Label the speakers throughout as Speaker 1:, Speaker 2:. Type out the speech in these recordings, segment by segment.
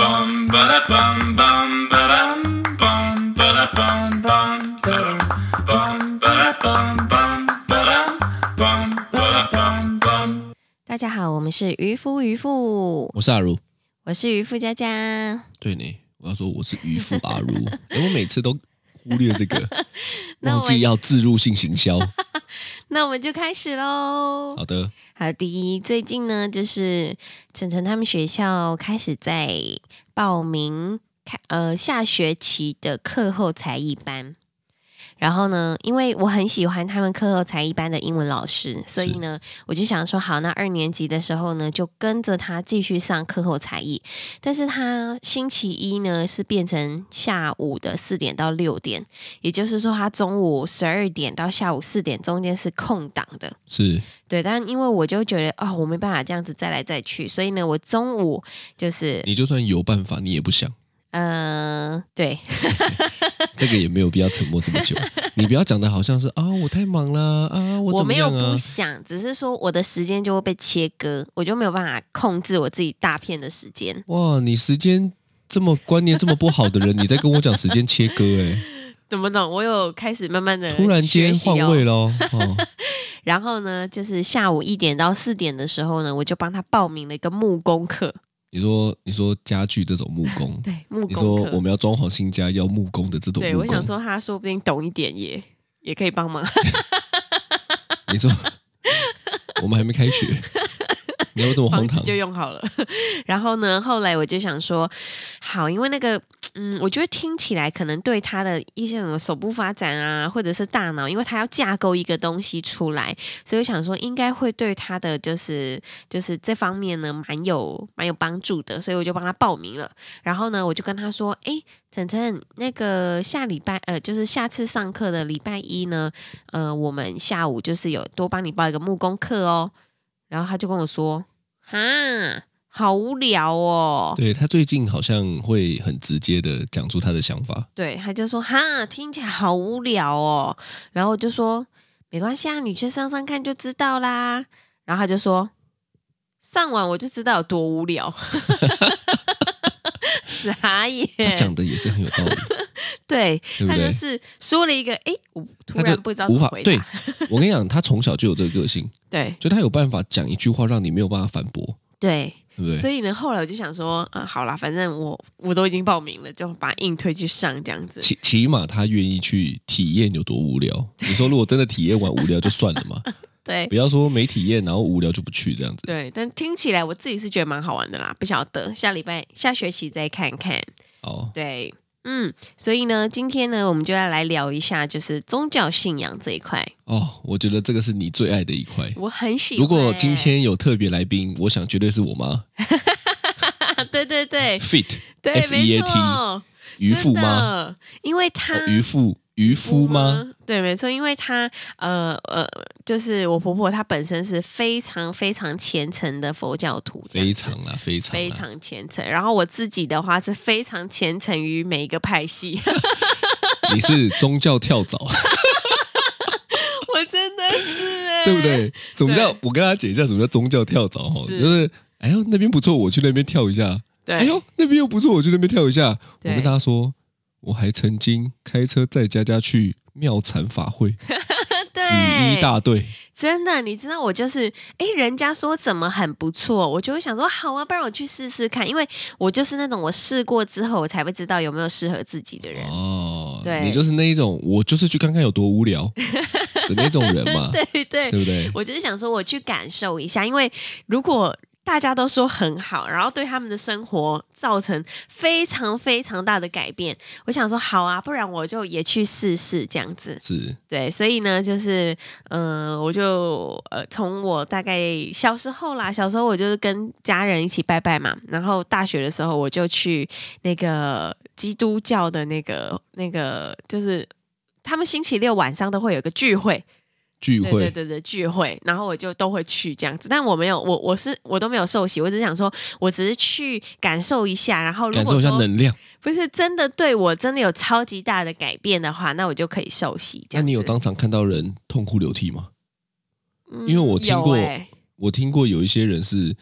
Speaker 1: bum ba da bum bum ba dum bum ba da bum bum ba dum bum ba da bum bum ba dum bum ba da bum bum.
Speaker 2: 大家好，我们是渔夫渔妇，
Speaker 3: 我是阿如。
Speaker 2: 我是渔夫佳佳。
Speaker 3: 对呢，我要说我是渔夫阿如。 哎、我每次都忽略 这个，
Speaker 2: 那我
Speaker 3: 忘记要置入性行 销。
Speaker 2: 那我们就开始喽。
Speaker 3: 好的，
Speaker 2: 好的，最近呢，就是晨晨他们学校开始在报名开呃下学期的课后才艺班。然后呢，因为我很喜欢他们课后才艺班的英文老师，所以呢，我就想说，好，那二年级的时候呢，就跟着他继续上课后才艺。但是他星期一呢是变成下午的四点到六点，也就是说，他中午十二点到下午四点中间是空档的。
Speaker 3: 是
Speaker 2: 对，但因为我就觉得哦，我没办法这样子再来再去，所以呢，我中午就是
Speaker 3: 你就算有办法，你也不想，
Speaker 2: 呃，对，
Speaker 3: 这个也没有必要沉默这么 久。你不要讲的好像是啊，我太忙啦，啊， 我
Speaker 2: 我
Speaker 3: 怎么
Speaker 2: 没有
Speaker 3: 样
Speaker 2: 不
Speaker 3: 啊？
Speaker 2: 想，只是说我的时间就会被切割，我就没有办法控制我自己大片的时间。
Speaker 3: 哇，你时间这么观念这么不好的人，你在跟我讲时间切割、
Speaker 2: 怎么懂？我有开始慢慢的
Speaker 3: 哎，突然间换位
Speaker 2: 了。
Speaker 3: 喽。哦，
Speaker 2: 然后呢，就是下午一点到四点的时候呢，我就帮他报名了一个木工课。
Speaker 3: 你说你说家具这种 木工，
Speaker 2: 对，木
Speaker 3: 你
Speaker 2: 工
Speaker 3: 说
Speaker 2: 课。
Speaker 3: 我们要装潢新家要木工的这种木
Speaker 2: 对，
Speaker 3: 工，
Speaker 2: 我想说他说不定懂一点也也可以帮忙。
Speaker 3: 你说我们还没开学， 你要这么荒
Speaker 2: 房
Speaker 3: 唐
Speaker 2: 子？就用好了。 然后呢，后来我就想说，好，因为那个，嗯，我觉得听起来可能对他的一些什么手部发展啊，或者是大脑，因为他要架构一个东西出来，所以我想说应该会对他的就是就是这方面呢蛮有蛮有帮助的，所以我就帮他报名了。然后呢，我就跟他说，诶，晨晨，那个下礼拜呃，就是下次上课的礼拜一呢，呃，我们下午就是有多帮你报一个木工课哦。然后他就跟我说：“哈，好无聊哦。
Speaker 3: 对他最近好像会很直接的讲出他的想法，
Speaker 2: 对”他就说：“哈，听起来好无聊哦。”然后我就说：“没关系啊，你去上上看就知道啦。”然后他就说：“上完我就知道有多无聊。” 傻眼，
Speaker 3: 他讲的也是很有 道理，
Speaker 2: 对
Speaker 3: 对不
Speaker 2: 他就
Speaker 3: 对？
Speaker 2: 是说了一个，哎，我突
Speaker 3: 他就
Speaker 2: 然不知道怎
Speaker 3: 无
Speaker 2: 么
Speaker 3: 法
Speaker 2: 回答，
Speaker 3: 对我跟你讲，他从小就有这个个性，
Speaker 2: 对
Speaker 3: 就他有办法讲一句话让你没有办法反驳，
Speaker 2: 对
Speaker 3: 对不
Speaker 2: 所
Speaker 3: 对？
Speaker 2: 以呢，后来我就想说，啊，好啦，反正我我都已经报名了，就把硬推去上这样子。
Speaker 3: 起起码他愿意去体验有多无聊。你说如果真的体验完无聊就算了嘛，
Speaker 2: 对
Speaker 3: 不要说没体验然后无聊就不去这样子。
Speaker 2: 对，但听起来我自己是觉得蛮好玩的啦，不晓得下礼拜下学期再看看。
Speaker 3: 哦，
Speaker 2: 对，嗯，所以呢，今天呢，我们就要来聊一下，就是宗教信仰这一块，
Speaker 3: 哦，我觉得这个是你最爱的一块。
Speaker 2: 我很喜欢欸、
Speaker 3: 如果今天有特别来宾，我想绝对是我妈
Speaker 2: 啊， 对对对
Speaker 3: fit
Speaker 2: 对，
Speaker 3: F E
Speaker 2: 没
Speaker 3: A
Speaker 2: 错
Speaker 3: T，渔夫吗？
Speaker 2: 真的因为他、
Speaker 3: 哦渔夫渔夫吗？？
Speaker 2: 嗯对，没错，因为她呃呃，就是我婆婆她本身是非常非常虔诚的佛教徒，这样
Speaker 3: 非常啊啦，非常啦
Speaker 2: 非常虔诚。然后我自己的话是非常虔诚于每一个派系，
Speaker 3: 你是宗教跳蚤，
Speaker 2: 我真的是、欸，
Speaker 3: 对不？对？什么叫我跟大家解释一下什么叫宗教跳蚤哈？
Speaker 2: 是
Speaker 3: 就是哎呦那边不错，我去那边跳一下；
Speaker 2: 对，
Speaker 3: 哎呦那边又不错，我去那边跳一下。我
Speaker 2: 对
Speaker 3: 跟大家说，我还曾经开车载佳佳去妙禅法会紫衣
Speaker 2: 对，
Speaker 3: 大队，
Speaker 2: 真的，你知道我就是，哎，人家说怎么很不错，我就会想说，好啊，不然我去试试看，因为我就是那种我试过之后，我才会知道有没有适合自己的人。
Speaker 3: 哦，
Speaker 2: 对
Speaker 3: 你就是那一种，我就是去看看有多无聊 的那种人嘛，
Speaker 2: 对对
Speaker 3: 对，不对？
Speaker 2: 我就是想说，我去感受一下，因为如果大家都说很好，然后对他们的生活造成非常非常大的改变，我想说好啊，不然我就也去试试这样子。
Speaker 3: 是
Speaker 2: 对，所以呢，就是嗯、呃我就呃，从我大概小时候啦，小时候我就是跟家人一起拜拜嘛，然后大学的时候我就去那个基督教的那个那个，就是他们星期六晚上都会有个聚会，
Speaker 3: 聚
Speaker 2: 对对
Speaker 3: 会，
Speaker 2: 对对，聚会，然后我就都会去这样子，但我没有，我我是我都没有受洗，我只是想说，我只是去感受一下，然后如
Speaker 3: 感
Speaker 2: 果
Speaker 3: 受一下
Speaker 2: 说
Speaker 3: 能量。
Speaker 2: 不是真的对我真的有超级大的改变的话，那我就可以受洗。这
Speaker 3: 那
Speaker 2: 样
Speaker 3: 你有
Speaker 2: 子、
Speaker 3: 当场看到人痛哭流涕吗？
Speaker 2: 嗯
Speaker 3: 因为我听
Speaker 2: 有
Speaker 3: 过
Speaker 2: 欸
Speaker 3: 我听过有一些人是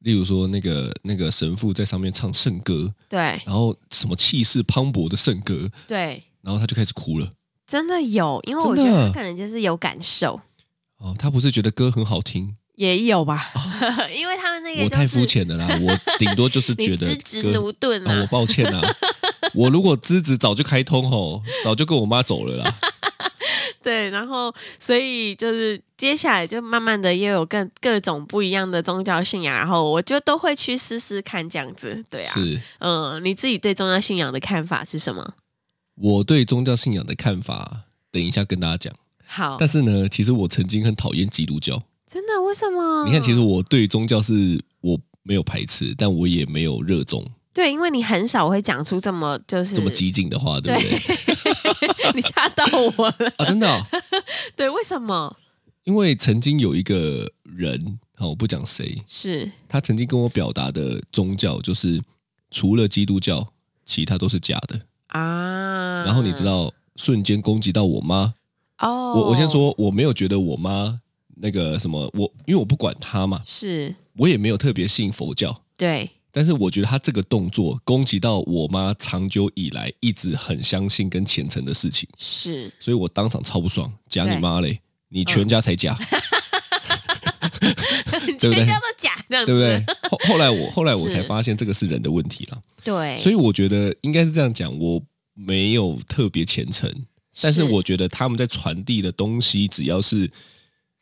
Speaker 3: 例如说那个那个神父在上面唱圣歌，
Speaker 2: 对
Speaker 3: 然后什么气势磅礴的圣歌，
Speaker 2: 对，
Speaker 3: 然后他就开始哭了。
Speaker 2: 真的有，因为我觉
Speaker 3: 真的
Speaker 2: 得他可能就是有感 受，
Speaker 3: 哦，他不是觉得歌很好听，
Speaker 2: 也有吧，因为他们那个、就是、
Speaker 3: 我太肤浅了啦，我顶多就是
Speaker 2: 你
Speaker 3: 觉得
Speaker 2: 资质
Speaker 3: 歌
Speaker 2: 驽钝
Speaker 3: 啊，
Speaker 2: 啊
Speaker 3: 我抱歉啊，我如果资质早就开通吼，早就跟我妈走了啦。
Speaker 2: 对，然后所以就是接下来就慢慢的又有各各种不一样的宗教信仰，然后我就都会去试试看这样子， 对啊，
Speaker 3: 是
Speaker 2: 嗯，你自己对宗教信仰的看法是什么？
Speaker 3: 我对宗教信仰的看法，等一下跟大家讲。
Speaker 2: 好，
Speaker 3: 但是呢，其实我曾经很讨厌基督教。
Speaker 2: 真的为什么？
Speaker 3: 你看，其实我对宗教是我没有排斥，但我也没有热衷
Speaker 2: 对，因为你很少会讲出这么就是
Speaker 3: 这么激进的话，对不对？
Speaker 2: 对 你吓到我了。
Speaker 3: 啊，真的哦、
Speaker 2: 对，为什么？
Speaker 3: 因为曾经有一个人，好，我不讲谁，
Speaker 2: 是
Speaker 3: 他曾经跟我表达的宗教就是除了基督教，其他都是假的。
Speaker 2: 啊，
Speaker 3: 然后你知道，瞬间攻击到我妈。
Speaker 2: 哦，
Speaker 3: 我我先说，我没有觉得我妈那个什么，我因为我不管她嘛，
Speaker 2: 是，
Speaker 3: 我也没有特别信佛教，
Speaker 2: 对，
Speaker 3: 但是我觉得她这个动作攻击到我妈长久以来一直很相信跟虔诚的事情，
Speaker 2: 是
Speaker 3: 所以我当场超不爽，假你
Speaker 2: 对嗯
Speaker 3: 妈嘞，你全家才假，对
Speaker 2: 全家都假这样子，
Speaker 3: 对 不对？后后来我后来我
Speaker 2: 是哎
Speaker 3: 才发现这个是人的问题了，
Speaker 2: 对，
Speaker 3: 所
Speaker 2: 以
Speaker 3: 以我觉得应该是这样讲，我没有特别虔诚，但是我觉得他们在传递的东西，只要是，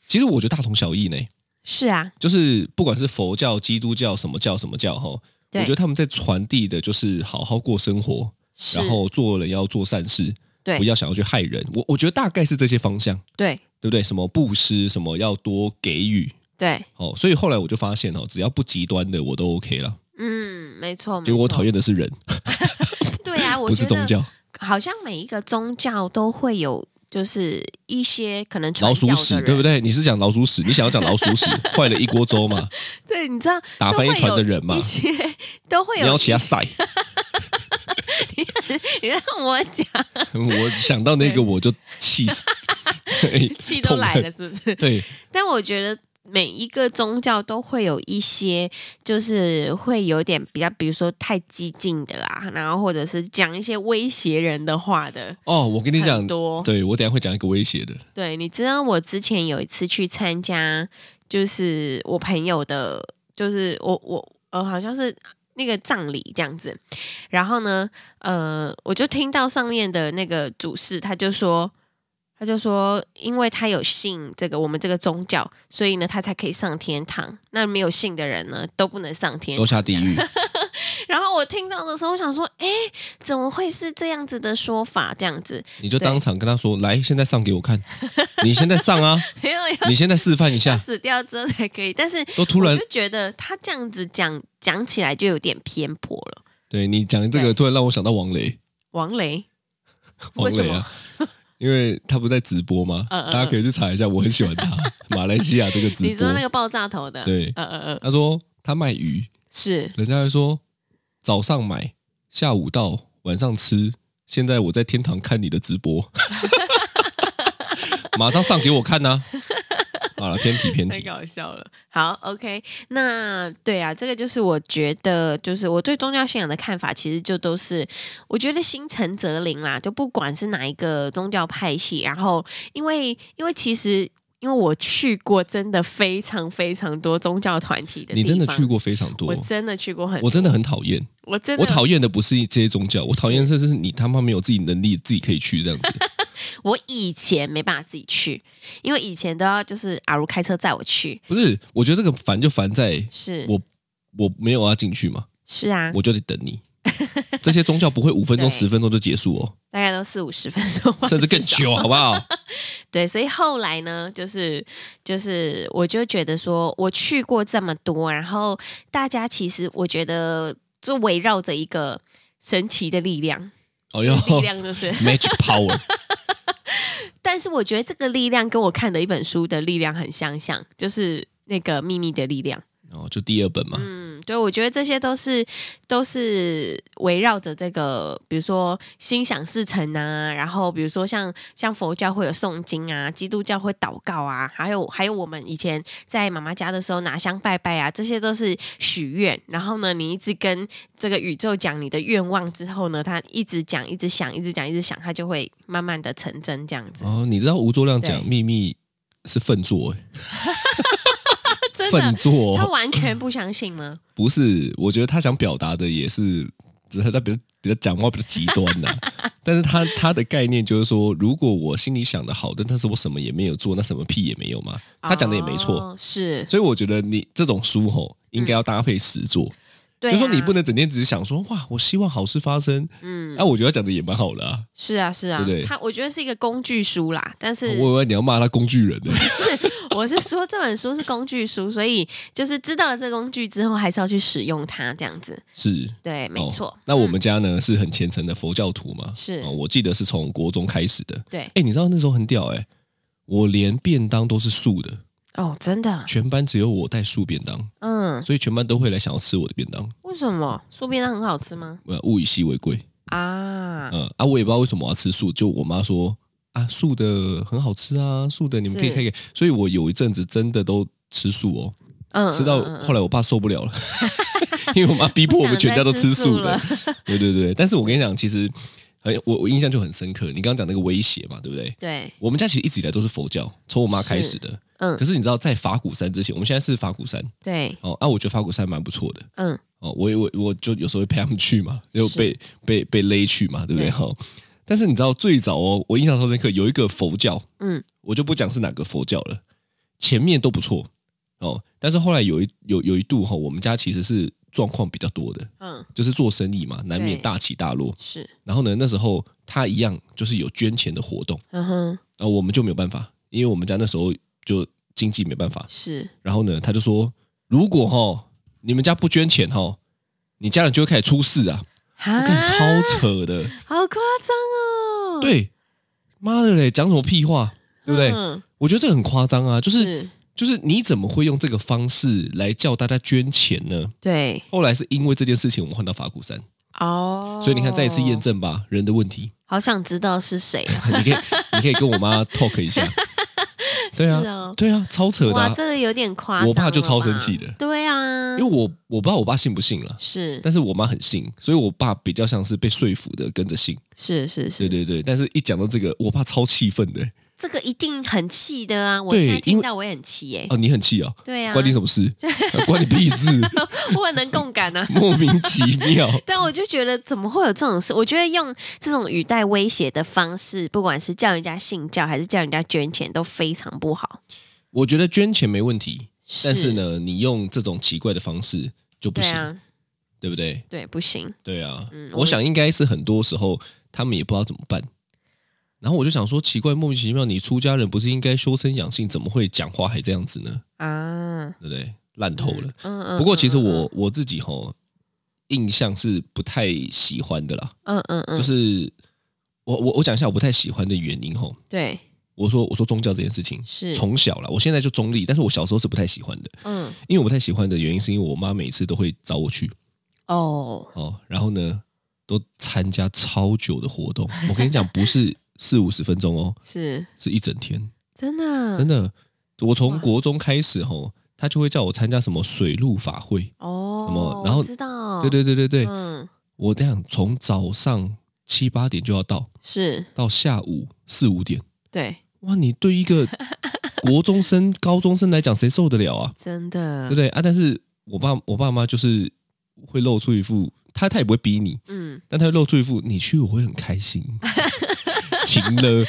Speaker 3: 其实我觉得大同小异呢。
Speaker 2: 是啊，
Speaker 3: 就是不管是佛教、基督教什么教什么教哈，我
Speaker 2: 对
Speaker 3: 觉得他们在传递的就是好好过生活，
Speaker 2: 是
Speaker 3: 然后做人要做善事，
Speaker 2: 对
Speaker 3: 不要想要去害人。我我觉得大概是这些方向，
Speaker 2: 对
Speaker 3: 对不对？什么布施，什么要多给予。
Speaker 2: 对，
Speaker 3: 哦，所以后来我就发现哦，只要不极端的我都 OK 了。
Speaker 2: 嗯，没错，
Speaker 3: 结果我
Speaker 2: 没错
Speaker 3: 讨厌的是人，
Speaker 2: 对 啊，我
Speaker 3: 不是
Speaker 2: 觉得
Speaker 3: 宗教，
Speaker 2: 好像每一个宗教都会有，就是一些可能传
Speaker 3: 老
Speaker 2: 教
Speaker 3: 鼠
Speaker 2: 的
Speaker 3: 屎，
Speaker 2: 人
Speaker 3: 对不？对？你是讲老鼠屎，你想要讲老鼠 屎坏了一锅粥嘛？
Speaker 2: 对，你知道
Speaker 3: 打翻一船的人嘛
Speaker 2: 都会有一些 都会
Speaker 3: 你
Speaker 2: 有
Speaker 3: 要其他塞，
Speaker 2: 你让我讲，
Speaker 3: 我想到那个
Speaker 2: 对
Speaker 3: 我就 气死，
Speaker 2: 气都
Speaker 3: 痛
Speaker 2: 来
Speaker 3: 恨
Speaker 2: 了，是不是？
Speaker 3: 对，
Speaker 2: 但我觉得每一个宗教都会有一些，就是会有点比较，比如说太激进的啦，然后或者是讲一些威胁人的话的，
Speaker 3: 哦，我跟你讲
Speaker 2: 很，多。
Speaker 3: 对我等一下会讲一个威胁的，
Speaker 2: 对，你知道我之前有一次去参加，就是我朋友的，就是我我呃，好像是那个葬礼这样子。然后呢，呃，我就听到上面的那个主事，他就说，他就说，因为他有信这个我们这个宗教，所以呢，他才可以上天堂。那没有信的人呢，都不能上天
Speaker 3: 都下地狱。
Speaker 2: 然后我听到的时候，我想说，哎，怎么会是这样子的说法？这样子，
Speaker 3: 你就
Speaker 2: 对
Speaker 3: 当场跟他说：“来，现在上给我看，你现在上啊，
Speaker 2: 没有要
Speaker 3: 你现在示范一下。
Speaker 2: 死掉之后才可以。但是”
Speaker 3: 都突
Speaker 2: 我
Speaker 3: 然
Speaker 2: 就觉得他这样子讲讲起来就有点偏颇了。
Speaker 3: 对你讲这个，
Speaker 2: 对
Speaker 3: 突然让我想到王雷，
Speaker 2: 王雷，
Speaker 3: 王
Speaker 2: 为什
Speaker 3: 雷
Speaker 2: 么
Speaker 3: 啊， 因为他不在直播吗？
Speaker 2: 嗯嗯
Speaker 3: 大家可以去查一下，我很喜欢他，马来西亚这个直 播。
Speaker 2: 你说那个爆炸头的，
Speaker 3: 对
Speaker 2: 呃呃呃，
Speaker 3: 他说他卖鱼，
Speaker 2: 是
Speaker 3: 人家会说早上买，下午到，晚上吃。现在我在天堂看你的 直播，马上上给我看 呐、好了，偏题偏
Speaker 2: 太
Speaker 3: 题，
Speaker 2: 搞笑了。好，OK，那对啊，这个就是我觉得，就是我对宗教信仰的看法，其实就都是我觉得心诚则灵啦，就不管是哪一个宗教派系，然后因为因为其实。因为我去过真的非常非常多宗教团体的地
Speaker 3: 你
Speaker 2: 方，
Speaker 3: 真的去过非常多
Speaker 2: 我，真的去过很多，
Speaker 3: 我真的很讨厌。
Speaker 2: 我真的
Speaker 3: 我讨厌的不是这些宗教，我讨厌的是你他妈没有自己能力，自己可以去这样子。
Speaker 2: 我以前没办法自己去，因为以前都要就是啊阿如开车载我去，
Speaker 3: 不是，我觉得这个烦就烦在
Speaker 2: 是
Speaker 3: 我我没有要进去嘛，
Speaker 2: 是啊，
Speaker 3: 我就得等你。这些宗教不会五分钟、
Speaker 2: 对
Speaker 3: 十分钟就结束 哦，
Speaker 2: 大概都四五十分钟吧，
Speaker 3: 甚至更
Speaker 2: 至少
Speaker 3: 久，好 不好？
Speaker 2: 对，所以后来呢，就是就是，我就觉得说，我去过这么多，然后大家其实我觉得就围绕着一个神奇的力量，
Speaker 3: 哦哟
Speaker 2: 力量就是，
Speaker 3: ，Magic Power，
Speaker 2: 但是我觉得这个力量跟我看的一本书的力量很相像，就是那个秘密的力量。
Speaker 3: 哦，就第二本嘛，
Speaker 2: 嗯，对，我觉得这些都是都是围绕着这个，比如说心想事成啊，然后比如说像像佛教会有诵经啊，基督教会祷告啊，还有还有我们以前在妈妈家的时候拿香拜拜啊，这些都是许愿。然后呢，你一直跟这个宇宙讲你的愿望之后呢，他一直讲，一直想，一直讲，一直想，他就会慢慢的成真这 样子。
Speaker 3: 哦，你知道吴作亮
Speaker 2: 对
Speaker 3: 讲秘密是笨拙、欸，
Speaker 2: 真
Speaker 3: 笨
Speaker 2: 的，
Speaker 3: 拙
Speaker 2: 他完全不相信吗？
Speaker 3: 不是，我觉得他想表达的也是，只是他比较比较讲话比较极端 呐、但是他他的概念就是说，如果我心里想的好，但但是我什么也没有做，那什么屁也没有嘛。他讲的也没错，
Speaker 2: 哦是
Speaker 3: 所以我觉得你这种书吼，应该要搭配实作，
Speaker 2: 对、啊，
Speaker 3: 就说你不能整天只是想说哇，我希望好事发生。啊
Speaker 2: 嗯
Speaker 3: 那、，我觉得他讲的也蛮好的啊。
Speaker 2: 是啊，是啊，
Speaker 3: 对不对
Speaker 2: 它我觉得是一个工具书啦，但是
Speaker 3: 哦我以为你要骂他工具 人呢、
Speaker 2: 是我是说这本书是工具书，所以就是知道了这工具之后，还是要去使用它，这样子。
Speaker 3: 是。
Speaker 2: 对，没
Speaker 3: 哦
Speaker 2: 错。
Speaker 3: 那我们家呢是很虔诚的佛教徒嘛，
Speaker 2: 是
Speaker 3: 哦我记得是从国中开始的。
Speaker 2: 对
Speaker 3: 哎、你知道那时候很屌哎、我连便当都是素的，
Speaker 2: 哦，真的，
Speaker 3: 全班只有我带素便当，
Speaker 2: 嗯，
Speaker 3: 所以全班都会来想要吃我的便当。
Speaker 2: 为什么酥便当很好吃吗？
Speaker 3: 呃，物以稀为贵，
Speaker 2: 啊，
Speaker 3: 嗯啊，我也不知道为什么我要吃素，就我妈说啊，素的很好吃啊，素的你们可以
Speaker 2: 是
Speaker 3: 可以，可以所以我有一阵子真的都吃素哦，
Speaker 2: 嗯，
Speaker 3: 吃到
Speaker 2: 嗯嗯
Speaker 3: 后来我爸受不了了， 因为我妈逼迫我们全家都吃素
Speaker 2: 不想
Speaker 3: 的
Speaker 2: 再，
Speaker 3: 对对对，但是我跟你讲，其实很我我印象就很深刻，你刚刚讲那个威胁嘛，对不对？
Speaker 2: 嗯对，
Speaker 3: 我们家其实一直以来都是佛教，从我妈开始的。
Speaker 2: 嗯
Speaker 3: 可，是你知道，在法鼓山之前，我们现在是法鼓山
Speaker 2: 对，
Speaker 3: 哦，啊，我觉得法鼓山蛮不错的
Speaker 2: 嗯，
Speaker 3: 哦，我也我我就有时候会陪他们去 嘛，就是被被被勒去嘛，对不
Speaker 2: 对
Speaker 3: 对？哈、但是你知道最早哦，我印象超深刻，有一个佛教，
Speaker 2: 嗯，
Speaker 3: 我就不讲是哪个佛教了，前面都不错哦，但是后来有一有有一度哈、我们家其实是状况比较多的，
Speaker 2: 嗯，
Speaker 3: 就是做生意嘛，难免
Speaker 2: 对
Speaker 3: 大起大落。
Speaker 2: 是，
Speaker 3: 然后呢，那时候他一样就是有捐钱的活动。
Speaker 2: 嗯哼，
Speaker 3: 然后我们就没有办法，因为我们家那时候就经济没办法。
Speaker 2: 是，
Speaker 3: 然后呢，他就说，如果哈、你们家不捐钱哈、你家人就会开始出事啊！我
Speaker 2: 哈
Speaker 3: 看超扯的，
Speaker 2: 好夸张哦，
Speaker 3: 对，妈的嘞，讲什么屁话，对不对？
Speaker 2: 嗯
Speaker 3: 我觉得这个很夸张啊，就是
Speaker 2: 是，
Speaker 3: 就是你怎么会用这个方式来叫大家捐钱呢？
Speaker 2: 对，
Speaker 3: 后来是因为这件事情，我们换到法鼓山，
Speaker 2: 哦，
Speaker 3: 所以你看再一次验，证吧，人的问题，
Speaker 2: 好想知道是谁啊？
Speaker 3: 你可以你可以跟我妈 talk 一下，
Speaker 2: 是
Speaker 3: 对啊
Speaker 2: 哦，
Speaker 3: 对啊，超扯的、
Speaker 2: 哇，
Speaker 3: 啊，
Speaker 2: 这个有点夸张了吧，
Speaker 3: 我爸就超生气的
Speaker 2: 对啊，
Speaker 3: 因为我我不知道我爸信不信了，
Speaker 2: 是
Speaker 3: 但是我妈很信，所以我爸比较像是被说服的跟着信。
Speaker 2: 是是
Speaker 3: 对
Speaker 2: 是，哎
Speaker 3: 对对，但是一讲到这个，我爸超气愤的。
Speaker 2: 这个一定很气的啊！我
Speaker 3: 对
Speaker 2: 现在
Speaker 3: 因
Speaker 2: 听
Speaker 3: 为
Speaker 2: 到我也很气耶、
Speaker 3: 哦，你很气啊、
Speaker 2: 对啊，
Speaker 3: 关你什 么事？啊关你屁事！
Speaker 2: 我很能共 感啊。
Speaker 3: 莫名其妙。
Speaker 2: 但我就觉得怎么会有这种事？我觉得用这种语带威胁的方式，不管是叫人家信教还是叫人家捐钱，都非常不好。
Speaker 3: 我觉得捐钱没问题，但是，呢，你用这种奇怪的方式就不
Speaker 2: 对
Speaker 3: 行，
Speaker 2: 啊，
Speaker 3: 对不对？
Speaker 2: 对，不行，
Speaker 3: 对啊，
Speaker 2: 嗯
Speaker 3: 我
Speaker 2: 我
Speaker 3: 想应该是很多时候他们也不知道怎么办。然后我就想说，奇怪，莫名其妙，你出家人不是应该修身养性，怎么会讲话还这样子呢？
Speaker 2: 啊，
Speaker 3: 对不对？烂透了。
Speaker 2: 嗯嗯。
Speaker 3: 不过其实
Speaker 2: 嗯
Speaker 3: 我我自己吼印象是不太喜欢的啦，
Speaker 2: 嗯嗯嗯，
Speaker 3: 就是我我我讲一下我不太喜欢的原因吼。
Speaker 2: 对，
Speaker 3: 我说我说宗教这件事情
Speaker 2: 是
Speaker 3: 从小啦，我现在就中立，但是我小时候是不太喜欢的，
Speaker 2: 嗯
Speaker 3: 因为我不太喜欢的原因是因为我妈每次都会找我去
Speaker 2: 哦，
Speaker 3: 哦，然后呢都参加超久的活动，我跟你讲不是四五十分钟哦，
Speaker 2: 是
Speaker 3: 是一整天，
Speaker 2: 真的，
Speaker 3: 真的。我从
Speaker 2: 嗯哇
Speaker 3: 国中开始吼，她就会叫我参加什么水陆法会，
Speaker 2: 哦，
Speaker 3: 什么然后
Speaker 2: 我知道，
Speaker 3: 对对对对对，
Speaker 2: 嗯，
Speaker 3: 我这样从早上七八点就要到，
Speaker 2: 是
Speaker 3: 到下午四五点。
Speaker 2: 对，
Speaker 3: 哇，你对 一个国中生、高中生来讲，谁受得了啊？
Speaker 2: 真的，
Speaker 3: 对不对啊？但是我爸、我爸妈就是会露出一副，他他也不会逼你，
Speaker 2: 嗯，
Speaker 3: 但他会露出一副你去我会很 开心，情了，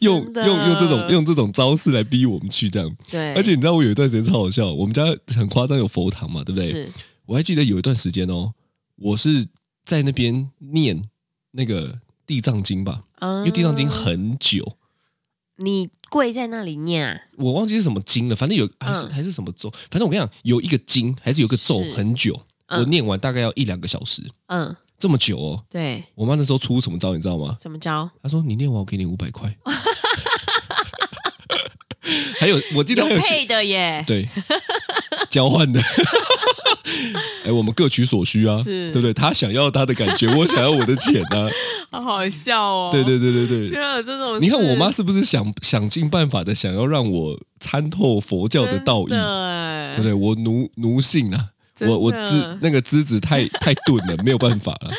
Speaker 3: 用
Speaker 2: 真
Speaker 3: 用
Speaker 2: 的
Speaker 3: 用这种用这种招式来逼我们去这样。
Speaker 2: 对，
Speaker 3: 而且你知道，我有一段时间超好笑，我们家很夸张有佛堂嘛，对不对？
Speaker 2: 是
Speaker 3: 我还记得有一段时间哦，我是在那边念那个《地藏经》吧，因
Speaker 2: 因
Speaker 3: 为《地藏经》很久，
Speaker 2: 嗯你跪在那里念啊，
Speaker 3: 我忘记是什么经了，反正有还是、
Speaker 2: 嗯
Speaker 3: 还是什么咒，反正我跟你讲，有一个经还是有一个咒
Speaker 2: 是
Speaker 3: 很久，
Speaker 2: 嗯
Speaker 3: 我念完大概要一两个小时，
Speaker 2: 嗯，
Speaker 3: 这么久哦。
Speaker 2: 对，
Speaker 3: 我妈那时候出什么招，你知道吗？
Speaker 2: 怎么着？
Speaker 3: 她说：“你念完，我给你五百块。” 还有，我记得还有
Speaker 2: 配的耶，
Speaker 3: 对交换的， 哎，我们各取所需啊，
Speaker 2: 是
Speaker 3: 对不对？他想要他的感觉，我想要我的钱啊，
Speaker 2: 好好笑哦。
Speaker 3: 对对对对
Speaker 2: 居
Speaker 3: 对。
Speaker 2: 然有这种事，
Speaker 3: 你看我妈是不是想想尽办法的想要让我参透佛教的道义，
Speaker 2: 真
Speaker 3: 对
Speaker 2: 的
Speaker 3: 不对？我奴奴性啊，
Speaker 2: 真的
Speaker 3: 我我资那个资质太太钝了，没有办法 了。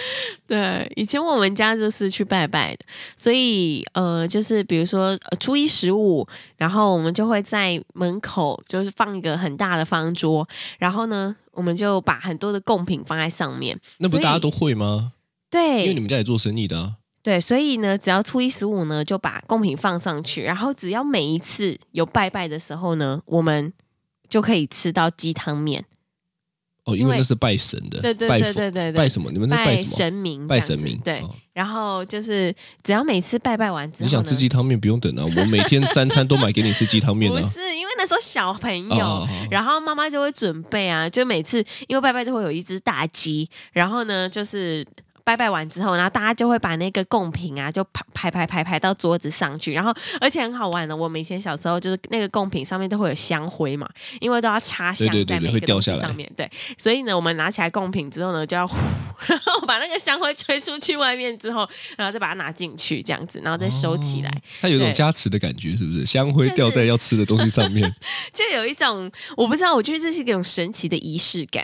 Speaker 2: 对，以前我们家就是去拜拜的，所以呃，就是比如说、呃、初一十五，然后我们就会在门口就是放一个很大的方桌，然后呢，我们就把很多的贡品放在上面。
Speaker 3: 那不
Speaker 2: 所以
Speaker 3: 大家都会吗？因为你
Speaker 2: 对
Speaker 3: 们家也做生意的啊。
Speaker 2: 对，所以呢，只要初一十五呢，就把贡品放上去，然后只要每一次有拜拜的时候呢，我们就可以吃到鸡汤面。
Speaker 3: 哦，
Speaker 2: 因
Speaker 3: 因为
Speaker 2: 为
Speaker 3: 那是拜神的，
Speaker 2: 对对
Speaker 3: 拜
Speaker 2: 对
Speaker 3: 佛
Speaker 2: 对对
Speaker 3: 拜
Speaker 2: 对，
Speaker 3: 什么？你们是
Speaker 2: 拜
Speaker 3: 拜什么？
Speaker 2: 神明，
Speaker 3: 拜
Speaker 2: 这样
Speaker 3: 神
Speaker 2: 子
Speaker 3: 明。
Speaker 2: 对。
Speaker 3: 哦
Speaker 2: 然后就是，只要每次拜拜完之后
Speaker 3: 你
Speaker 2: 呢，
Speaker 3: 想吃鸡汤面不用等啊，我每天三餐都买给你吃鸡 汤面
Speaker 2: 不
Speaker 3: 啊。
Speaker 2: 是，因为那时候小朋友，
Speaker 3: 哦哦哦
Speaker 2: 然后妈妈就会准备啊，就每次因为拜拜就会有一只大鸡，然后呢就是。拜拜完之后，然后大家就会把那个贡品啊，就排排排排排到桌子上去，然后而且很好玩的。我们以前小时候就是那个贡品上面都会有香灰嘛，因为都要插香
Speaker 3: 对对对
Speaker 2: 在
Speaker 3: 对
Speaker 2: 每
Speaker 3: 会
Speaker 2: 一个
Speaker 3: 掉
Speaker 2: 东
Speaker 3: 下
Speaker 2: 西
Speaker 3: 来
Speaker 2: 上面，对所以呢，我们拿起来贡品之后呢，就要呼， 然后把那个香灰吹出去外面之后，然后再把它拿进去，这样子，然后再收起来。
Speaker 3: 哦，它有一种
Speaker 2: 对
Speaker 3: 加持的感觉，是不是？香灰
Speaker 2: 就是
Speaker 3: 掉在要吃的东西 上面。
Speaker 2: 就有一种我不知道，我觉得这是一种神奇的仪式感。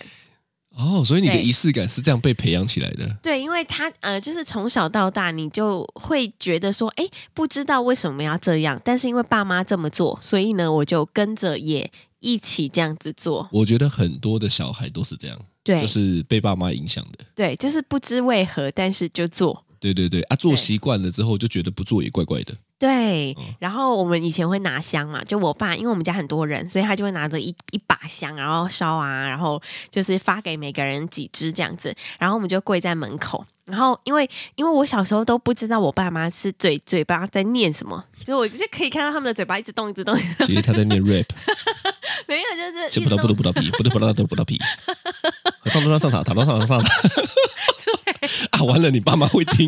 Speaker 3: 哦，所以你的
Speaker 2: 对
Speaker 3: 仪式感是这样被培养起来的。
Speaker 2: 对，因为他呃，就是从小到大，你就会觉得说，哎，不知道为什么要这样，但是因为爸妈这么做，所以呢，我就跟着也一起这样子做。
Speaker 3: 我觉得很多的小孩都是这样，
Speaker 2: 对，
Speaker 3: 就是被爸妈影响的。
Speaker 2: 对，就是不知为何，但是就做。
Speaker 3: 对对对，啊，做
Speaker 2: 对
Speaker 3: 习惯了之后就觉得不做也怪怪 的。
Speaker 2: 对，
Speaker 3: 嗯
Speaker 2: 然后我们以前会拿香嘛，就我爸，因为我们家很多人，所以他就会拿着一一把香，然后烧啊，然后就是发给每个人几支这样子，然后我们就跪在门口。然后，因为因为我小时候都不知道我爸妈是嘴嘴巴在念什么，就是我就可以看到他们的嘴巴一直动，一直动，一直动
Speaker 3: 其实他在念 rap，
Speaker 2: 没有就是
Speaker 3: 吃
Speaker 2: 一
Speaker 3: 葡
Speaker 2: 直
Speaker 3: 萄不
Speaker 2: 动
Speaker 3: 吐葡萄皮，不吐葡萄吐葡萄皮。上桌上上塔，塔桌上上 上塔。 啊，完了，你爸妈会听。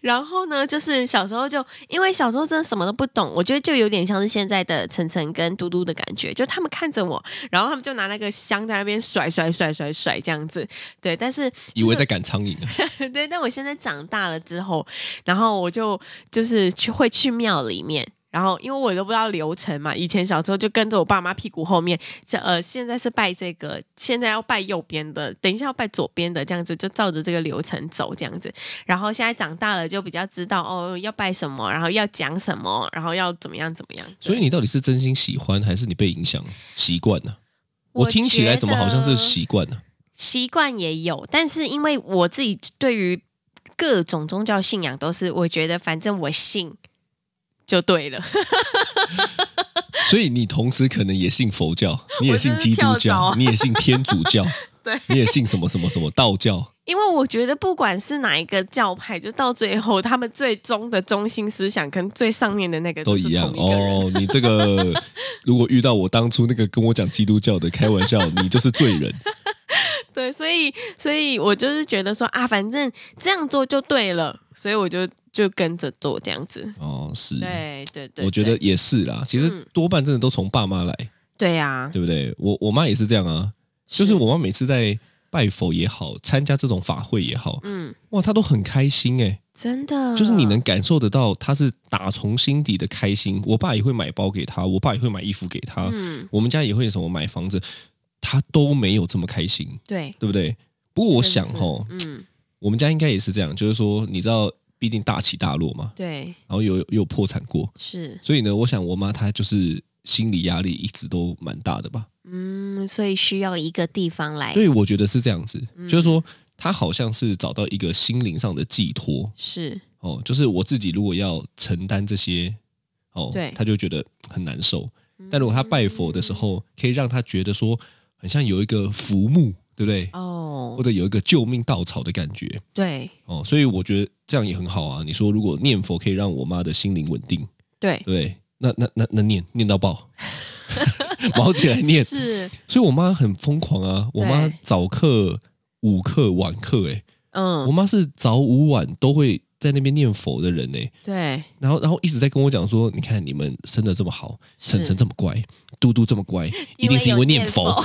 Speaker 2: 然后呢，就是小时候就因为小时候真的什么都不懂，我觉得就有点像是现在的晨晨跟嘟嘟的感觉，就他们看着我，然后他们就拿那个香在那边甩甩甩甩甩这样子，对。但是
Speaker 3: 以为在赶苍蝇啊！
Speaker 2: 对，但我现在长大了之后，然后我就就是去会去庙里面。然后，因为我都不知道流程嘛，以前小时候就跟着我爸妈屁股后面，这呃，现在是拜这个，现在要拜右边的，等一下要拜左边的，这样子就照着这个流程走，这样子。然后现在长大了就比较知道哦，要拜什么，然后要讲什么，然后要怎么样怎么样。
Speaker 3: 所以你到底是真心喜欢，还是你被影响习惯呢？
Speaker 2: 我
Speaker 3: 我听起来
Speaker 2: 觉
Speaker 3: 怎么好像是
Speaker 2: 得
Speaker 3: 习惯呢？
Speaker 2: 习惯也有，但是因为我自己对于各种宗教信仰都是，我觉得反正我信就对了。
Speaker 3: 所以你同时可能也信佛教，你也
Speaker 2: 我真是
Speaker 3: 信基督
Speaker 2: 跳
Speaker 3: 教，
Speaker 2: 蚤
Speaker 3: 你也信天主教，
Speaker 2: 对，
Speaker 3: 你也信什么什么什么 道教。
Speaker 2: 因为我觉得不管是哪一个教派，就到最后他们最终的中心思想跟最上面的那个
Speaker 3: 都
Speaker 2: 是
Speaker 3: 一样
Speaker 2: 同个人。
Speaker 3: 哦。你这 个如果遇到我当初那个跟我讲基督教的，开玩笑，你就是罪人。
Speaker 2: 对，所以所以我就是觉得说啊，反正这样做就对了，所以我就就跟着做这样子。
Speaker 3: 哦，是，
Speaker 2: 对对对，
Speaker 3: 我觉得
Speaker 2: 对
Speaker 3: 也是啦。其实
Speaker 2: 嗯
Speaker 3: 多半真的都从爸妈来，
Speaker 2: 对啊，
Speaker 3: 对不对？我我妈也是这样啊，就是我妈每次在拜佛也好，参加这种法会也好，
Speaker 2: 嗯，
Speaker 3: 哇，她都很开心哎、
Speaker 2: 真的
Speaker 3: 就是你能感受得到她是打从心底的开心。我爸也会买包给她，我爸也会买衣服给她，
Speaker 2: 嗯，
Speaker 3: 我们家也会有什么买房子，她都没有这么开心，
Speaker 2: 对，
Speaker 3: 对不对？不过我想
Speaker 2: 真的是
Speaker 3: 吼，
Speaker 2: 嗯，
Speaker 3: 我们家应该也是这样，就是说，你知道，毕竟大起大落嘛，
Speaker 2: 对，
Speaker 3: 然后有有有破产过，
Speaker 2: 是，
Speaker 3: 所以呢，我想我妈她就是心理压力一直都蛮大的吧。
Speaker 2: 嗯，所以需要一个地方来，
Speaker 3: 对，我觉得是这样子，
Speaker 2: 嗯
Speaker 3: 就是说她好像是找到一个心灵上的寄托
Speaker 2: 是，
Speaker 3: 哦，就是我自己如果要承担这些哦
Speaker 2: 对，嗯
Speaker 3: 她就觉得很难受。但如果她拜佛的时候，可以让她觉得说，很像有一个浮木，对不对？
Speaker 2: 哦
Speaker 3: 或，者有一个救命稻草的感觉。
Speaker 2: 对
Speaker 3: 哦，所以我觉得这样也很好啊。你说如果念佛可以让我妈的心灵稳定，
Speaker 2: 对，
Speaker 3: 对，那那那那念念 到爆，毛起来念。
Speaker 2: 是，
Speaker 3: 所以我妈很疯狂啊，我妈
Speaker 2: 对
Speaker 3: 早课、午课、晚课、欸，我
Speaker 2: 嗯，
Speaker 3: 妈是早午晚都会在那边念佛的人呢、欸
Speaker 2: 对，
Speaker 3: 然后，然后一直在跟我讲说，你看你们生的这么好，晨
Speaker 2: 是
Speaker 3: 晨这么乖，嘟嘟这么乖，一定是因
Speaker 2: 有
Speaker 3: 为
Speaker 2: 念
Speaker 3: 念佛。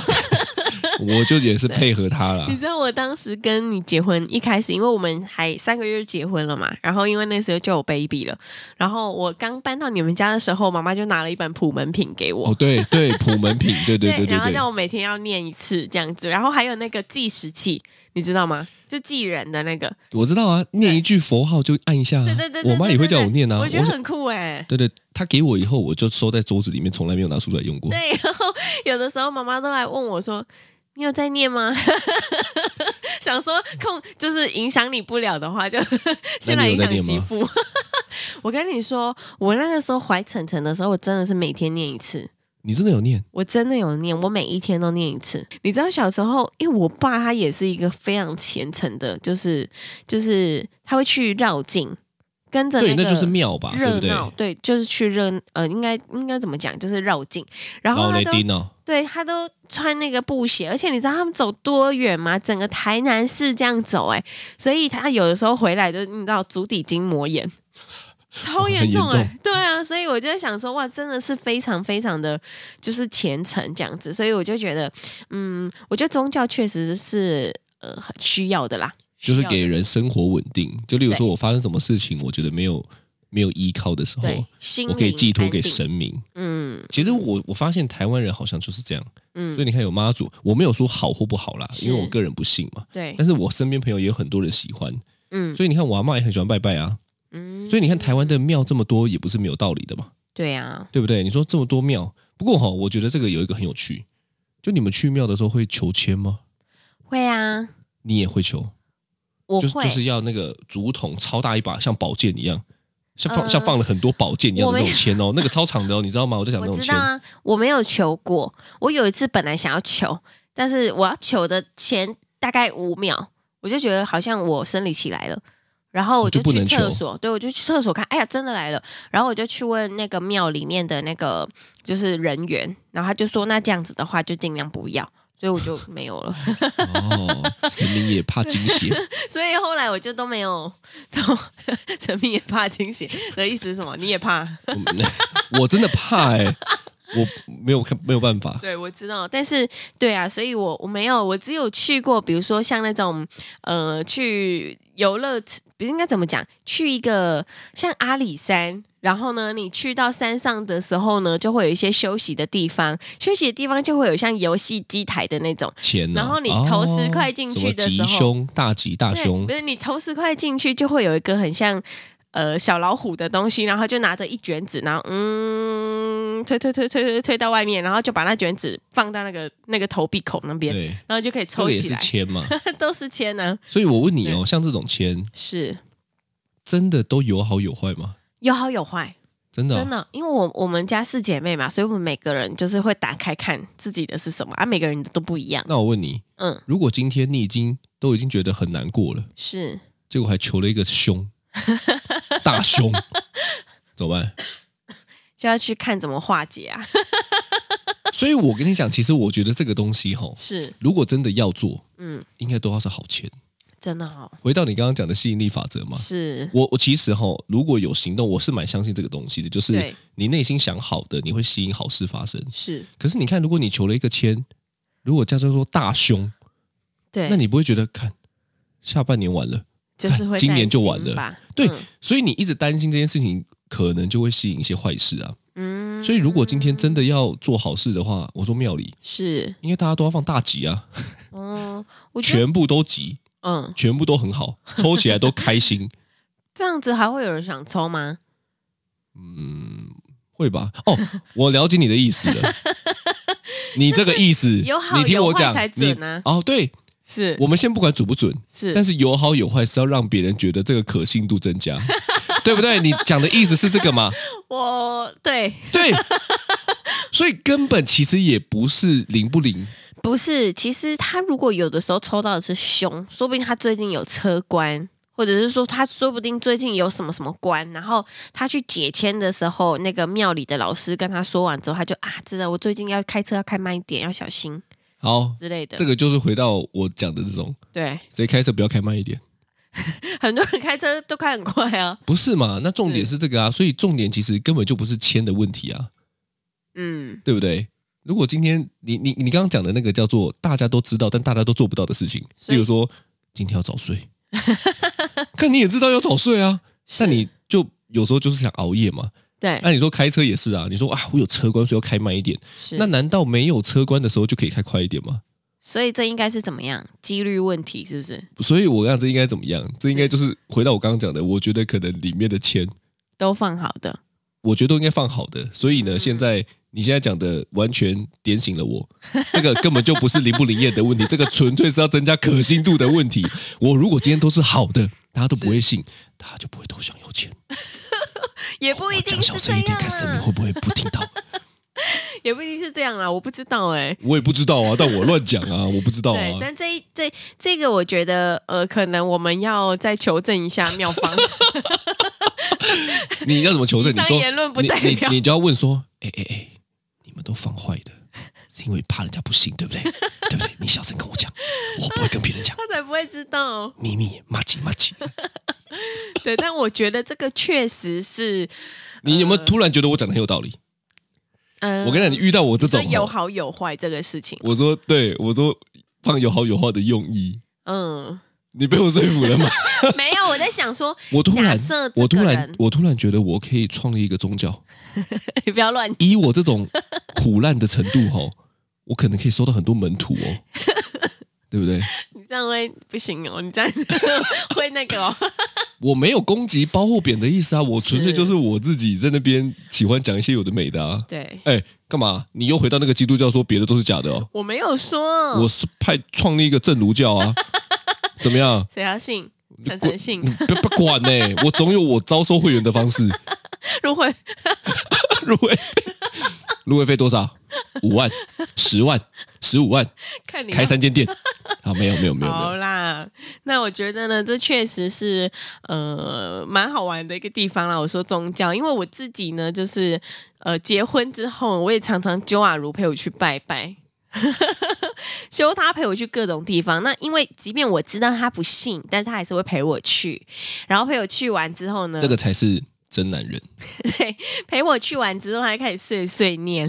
Speaker 3: 我就也是配合他啦
Speaker 2: 你。知道我当时跟你结婚一开始，因为我们还三个月就结婚了嘛，然后因为那时候就有 baby 了，然后我刚搬到你们家的时候，妈妈就拿了一本普门品给我。
Speaker 3: 哦，对 对，普门品，对对对对
Speaker 2: 然后
Speaker 3: 对，
Speaker 2: 叫我每天要念一次这样子，然后还有那个计时器，你知道吗？就记人的那个，
Speaker 3: 我知道啊，念一句佛号就按一下、啊，
Speaker 2: 对对对对
Speaker 3: 我妈也会叫我念啊。
Speaker 2: 我觉得
Speaker 3: 想
Speaker 2: 很酷哎、
Speaker 3: 对对，她给我以后，我就收在桌子里面，从来没有拿出来用过。
Speaker 2: 对，然后有的时候妈妈都来问我说：“你有在念吗？” 想说控就是影响你不了的话，就 先来影响媳妇。 我跟你说，我那个时候怀晨晨的时候，我真的是每天念一次。
Speaker 3: 你真的有念？
Speaker 2: 我真的有念，我每一天都念一次。你知道小时候，因为我爸他也是一个非常虔诚的，就是就是他会去绕境，跟着
Speaker 3: 对，
Speaker 2: 个
Speaker 3: 那就是庙吧，对
Speaker 2: 热
Speaker 3: 不对？
Speaker 2: 闹，对，就是去热呃，应该应该怎么讲，就是绕境。然后
Speaker 3: 老
Speaker 2: 他
Speaker 3: 雷
Speaker 2: 都
Speaker 3: 丁哦，
Speaker 2: 对他都穿那个布鞋，而且你知道他们走多远吗？整个台南市这样走、哎，所以他有的时候回来就你知道足底筋膜炎，超严重
Speaker 3: 哦很
Speaker 2: 哎、
Speaker 3: 严
Speaker 2: 对啊，所以我就在想说，哇，真的是非常非常的就是虔诚这样子，所以我就觉得，嗯，我觉得宗教确实是呃很需要的啦，
Speaker 3: 就是
Speaker 2: 需要的
Speaker 3: 给人生活稳定。就例如说
Speaker 2: 对
Speaker 3: 我发生什么事情，我觉得没有没有依靠的时候
Speaker 2: 对，心
Speaker 3: 哦我可以
Speaker 2: 灵
Speaker 3: 寄托
Speaker 2: 安
Speaker 3: 给
Speaker 2: 定，
Speaker 3: 神明。
Speaker 2: 嗯
Speaker 3: 其实我我发现台湾人好像就是这样，所以
Speaker 2: 嗯，
Speaker 3: 你看有妈祖，我没有说好或不好啦，
Speaker 2: 是
Speaker 3: 因为我个人不信嘛。
Speaker 2: 对，
Speaker 3: 但是我身边朋友也有很多人喜欢，
Speaker 2: 嗯
Speaker 3: 所以你看我阿妈也很喜欢拜拜啊。
Speaker 2: 嗯，
Speaker 3: 所以你看台湾的庙这么多，也不是没有道理的嘛，
Speaker 2: 对啊，
Speaker 3: 对不对？你说这么多庙，不过哈，我觉得这个有一个很有趣，就你们去庙的时候会求签吗？
Speaker 2: 会啊，
Speaker 3: 你也会求，
Speaker 2: 我
Speaker 3: 就
Speaker 2: 会
Speaker 3: 是就是要那个竹筒超大一把，像宝剑一样，像放、
Speaker 2: 呃
Speaker 3: 像放了很多宝剑一样
Speaker 2: 我
Speaker 3: 的
Speaker 2: 没
Speaker 3: 那
Speaker 2: 有
Speaker 3: 种签哦，那个超长的哦，你知道吗？我在讲那
Speaker 2: 我
Speaker 3: 种
Speaker 2: 知
Speaker 3: 签
Speaker 2: 道，啊，我没有求过。我有一次本来想要求，但是我要求的前大概五秒，我就觉得好像我生理期来了，然后我
Speaker 3: 哦就不
Speaker 2: 去
Speaker 3: 能
Speaker 2: 厕
Speaker 3: 求
Speaker 2: 所，对我就去厕所看，哎呀，真的来了。然后我就去问那个庙里面的那个就是人员，然后他就说，那这样子的话就尽量不要。所以我就没有了，
Speaker 3: 哦，神明也怕惊险，
Speaker 2: 所以后来我就都没有。都 陈明也怕惊喜的意思是什么？你也怕？
Speaker 3: 我我真的怕哎、我没有看没有办法，
Speaker 2: 对，我知道，但是对啊，所以我我没有，我只有去过，比如说像那种呃，去游乐，不是应该怎么讲？去一个像阿里山，然后呢，你去到山上的时候呢，就会有一些休息的地方，休息的地方就会有像游戏机台的那种。
Speaker 3: 钱、啊，哦
Speaker 2: 然后你投十块进去的时候
Speaker 3: 什么吉凶大吉大
Speaker 2: 对，
Speaker 3: 凶
Speaker 2: 不，是你投十块进去，就会有一个很像呃小老虎的东西，然后就拿着一卷纸，然后嗯推推推推推推到外面，然后就把那卷纸放到那个那个投币口那边，
Speaker 3: 对，
Speaker 2: 然后就可以
Speaker 3: 这
Speaker 2: 抽
Speaker 3: 个也
Speaker 2: 起
Speaker 3: 是
Speaker 2: 来，
Speaker 3: 签嘛。
Speaker 2: 都是啊签呢、
Speaker 3: 所以我 问你哦，像这种签
Speaker 2: 是
Speaker 3: 真的都有好有坏吗？
Speaker 2: 有好有坏，
Speaker 3: 真的啊、
Speaker 2: 真的，因为我我们家四姐妹嘛，所以我们每个人就是会打开看自己的是什么啊，每个人都不一样，
Speaker 3: 那我问你，
Speaker 2: 嗯，
Speaker 3: 如果今天你已经都已经觉得很难过了，
Speaker 2: 是
Speaker 3: 结果还求了一 个凶，大凶，怎么办？
Speaker 2: 就要去看怎么化解啊，
Speaker 3: 所以我跟你讲，其实我觉得这个东西哈，
Speaker 2: 是
Speaker 3: 如果真的要做，
Speaker 2: 嗯，
Speaker 3: 应该都要是好签。
Speaker 2: 真的好、
Speaker 3: 回到你刚刚讲的吸引力法则嘛，
Speaker 2: 是
Speaker 3: 我我其实哈，如果有行动，我是蛮相信这个东西的，就是
Speaker 2: 对
Speaker 3: 你内心想好的，你会吸引好事发生。
Speaker 2: 是，
Speaker 3: 可是你看，如果你求了一个签，如果叫做说大凶，
Speaker 2: 对，
Speaker 3: 那你不会觉得看下半年完了？
Speaker 2: 就是会
Speaker 3: 今年就
Speaker 2: 担
Speaker 3: 完
Speaker 2: 心
Speaker 3: 了
Speaker 2: 吧，
Speaker 3: 对，
Speaker 2: 嗯
Speaker 3: 所以你一直担心这件事情，可能就会吸引一些坏事啊。
Speaker 2: 嗯
Speaker 3: 所以如果今天真的要做好事的话，我说庙里
Speaker 2: 是，
Speaker 3: 应该大家都要放大吉啊，
Speaker 2: 嗯，我觉得，
Speaker 3: 全部都吉，
Speaker 2: 嗯，
Speaker 3: 全部都很好，抽起来都开心，
Speaker 2: 这样子还会有人想抽吗？
Speaker 3: 嗯会吧？哦，我了解你的意 思了。你这个意思，
Speaker 2: 有好
Speaker 3: 你听我
Speaker 2: 有
Speaker 3: 讲，
Speaker 2: 坏才
Speaker 3: 你
Speaker 2: 准啊
Speaker 3: 哦，对
Speaker 2: 是
Speaker 3: 我们先不管准不准，
Speaker 2: 是，
Speaker 3: 但
Speaker 2: 是
Speaker 3: 是有好有坏是要让别人觉得这个可信度增加， 对不对？你讲的意思是这个吗？
Speaker 2: 我对，
Speaker 3: 对，所以根本其实也不是灵不灵，
Speaker 2: 不是，其实他如果有的时候抽到的是凶，说不定他最近有车关。或者是说，他说不定最近有什么什么关，然后他去解签的时候，那个庙里的老师跟他说完之后，他就啊，知道我最近要开车要开慢一点，要小心
Speaker 3: 好，
Speaker 2: 之类的。
Speaker 3: 这个就是回到我讲的这种，
Speaker 2: 对，
Speaker 3: 谁开车不要开慢一点，
Speaker 2: 很多人开车都开很快啊。
Speaker 3: 不是嘛？那重点是这个啊，所以重点其实根本就不是签的问题啊，
Speaker 2: 嗯，
Speaker 3: 对不对？如果今天你你你刚刚讲的那个叫做大家都知道但大家都做不到的事情，
Speaker 2: 所
Speaker 3: 例
Speaker 2: 以
Speaker 3: 如说今天要早睡， 看你也知道要早睡啊，但你就有时候就是想熬夜嘛。
Speaker 2: 对
Speaker 3: 那、，你说开车也是啊，你说啊我有车关所以要开慢一点，
Speaker 2: 是
Speaker 3: 那难道没有车关的时候就可以开快一点吗？
Speaker 2: 所以这应该是怎么样？几率问题是不是
Speaker 3: 所以我刚这应该怎么样？这应该就是回到我刚刚讲的，我觉得可能里面的钱，
Speaker 2: 都放好的？
Speaker 3: 我觉得都应该放好的。所以呢，
Speaker 2: 嗯
Speaker 3: 现在你现在讲的完全点醒了我，这个根本就不是灵不灵验的 问题，这个纯粹是要增加可信度的问题。我如果今天都是好的，大家都不会信，大家就不会都想有钱。
Speaker 2: 也不一
Speaker 3: 我
Speaker 2: 定
Speaker 3: 讲小
Speaker 2: 是这
Speaker 3: 声一点，
Speaker 2: 样
Speaker 3: 看神明
Speaker 2: 啊，
Speaker 3: 会不会不听到？
Speaker 2: 也不一定是这样啦，我不知道哎、
Speaker 3: 我也不知道啊，但我乱讲 啊，我不知道
Speaker 2: 对，
Speaker 3: 啊。
Speaker 2: 但这一这这个，我觉得呃，可能我们要再求证一 下妙方。
Speaker 3: 你要怎么求证？
Speaker 2: 以
Speaker 3: 你
Speaker 2: 上
Speaker 3: 说
Speaker 2: 言论不
Speaker 3: 你
Speaker 2: 代
Speaker 3: 你
Speaker 2: 表
Speaker 3: 你就要问说，哎哎哎，你们都放坏的，是因为怕人家不信，对不对？对不对？你小声跟我讲，我不会跟别人讲
Speaker 2: 他才不会知道。
Speaker 3: 秘密，麻吉麻吉。
Speaker 2: 对，但我觉得这个确实是，
Speaker 3: 你有没有突然觉得我讲的很有道理？
Speaker 2: 嗯、
Speaker 3: 我跟你讲，你遇到我这
Speaker 2: 说
Speaker 3: 种，哦
Speaker 2: 有好有坏这个事情，
Speaker 3: 我说对，我说放有好有坏的用意，
Speaker 2: 嗯，
Speaker 3: 你被我说服了吗？
Speaker 2: 没有，我在想说，
Speaker 3: 我突然
Speaker 2: 假设，这个
Speaker 3: 我突然
Speaker 2: 人，
Speaker 3: 我突然觉得我可以创立一个宗教，
Speaker 2: 你不要乱，
Speaker 3: 以我这种苦烂的程度吼，我可能可以收到很多门 徒哦，对不对？
Speaker 2: 你这样会不行哦，你这样 会那个哦，
Speaker 3: 我没有攻击包或贬的意思啊，我纯粹
Speaker 2: 是
Speaker 3: 就是我自己在那边喜欢讲一些有的没的啊。
Speaker 2: 对，
Speaker 3: 哎，干嘛？你又回到那个基督教说别的都是假的哦？
Speaker 2: 我没有说，
Speaker 3: 我是派创立一个正儒 教啊，怎么样？
Speaker 2: 谁要信？陈
Speaker 3: 滚
Speaker 2: 诚信
Speaker 3: 你不不管呢、我总有我招收会员的方式。
Speaker 2: 入会，
Speaker 3: 入会费，入会费多少？五万、十万、十五万，
Speaker 2: 看你要
Speaker 3: 开三间店。好，没有没有没有没
Speaker 2: 好
Speaker 3: 有，
Speaker 2: 啦，那我觉得呢，这确实是呃蛮好玩的一个地方啦。我说宗教，因为我自己呢，就是呃结婚之后，我也常常揪阿如陪我去拜拜。 修他陪我去各种地方，那因为即便我知道他不信，但是他还是会陪我去。然后陪我去完之后呢，
Speaker 3: 这个才是真男人。
Speaker 2: 陪我去完之后，他还开始碎碎念。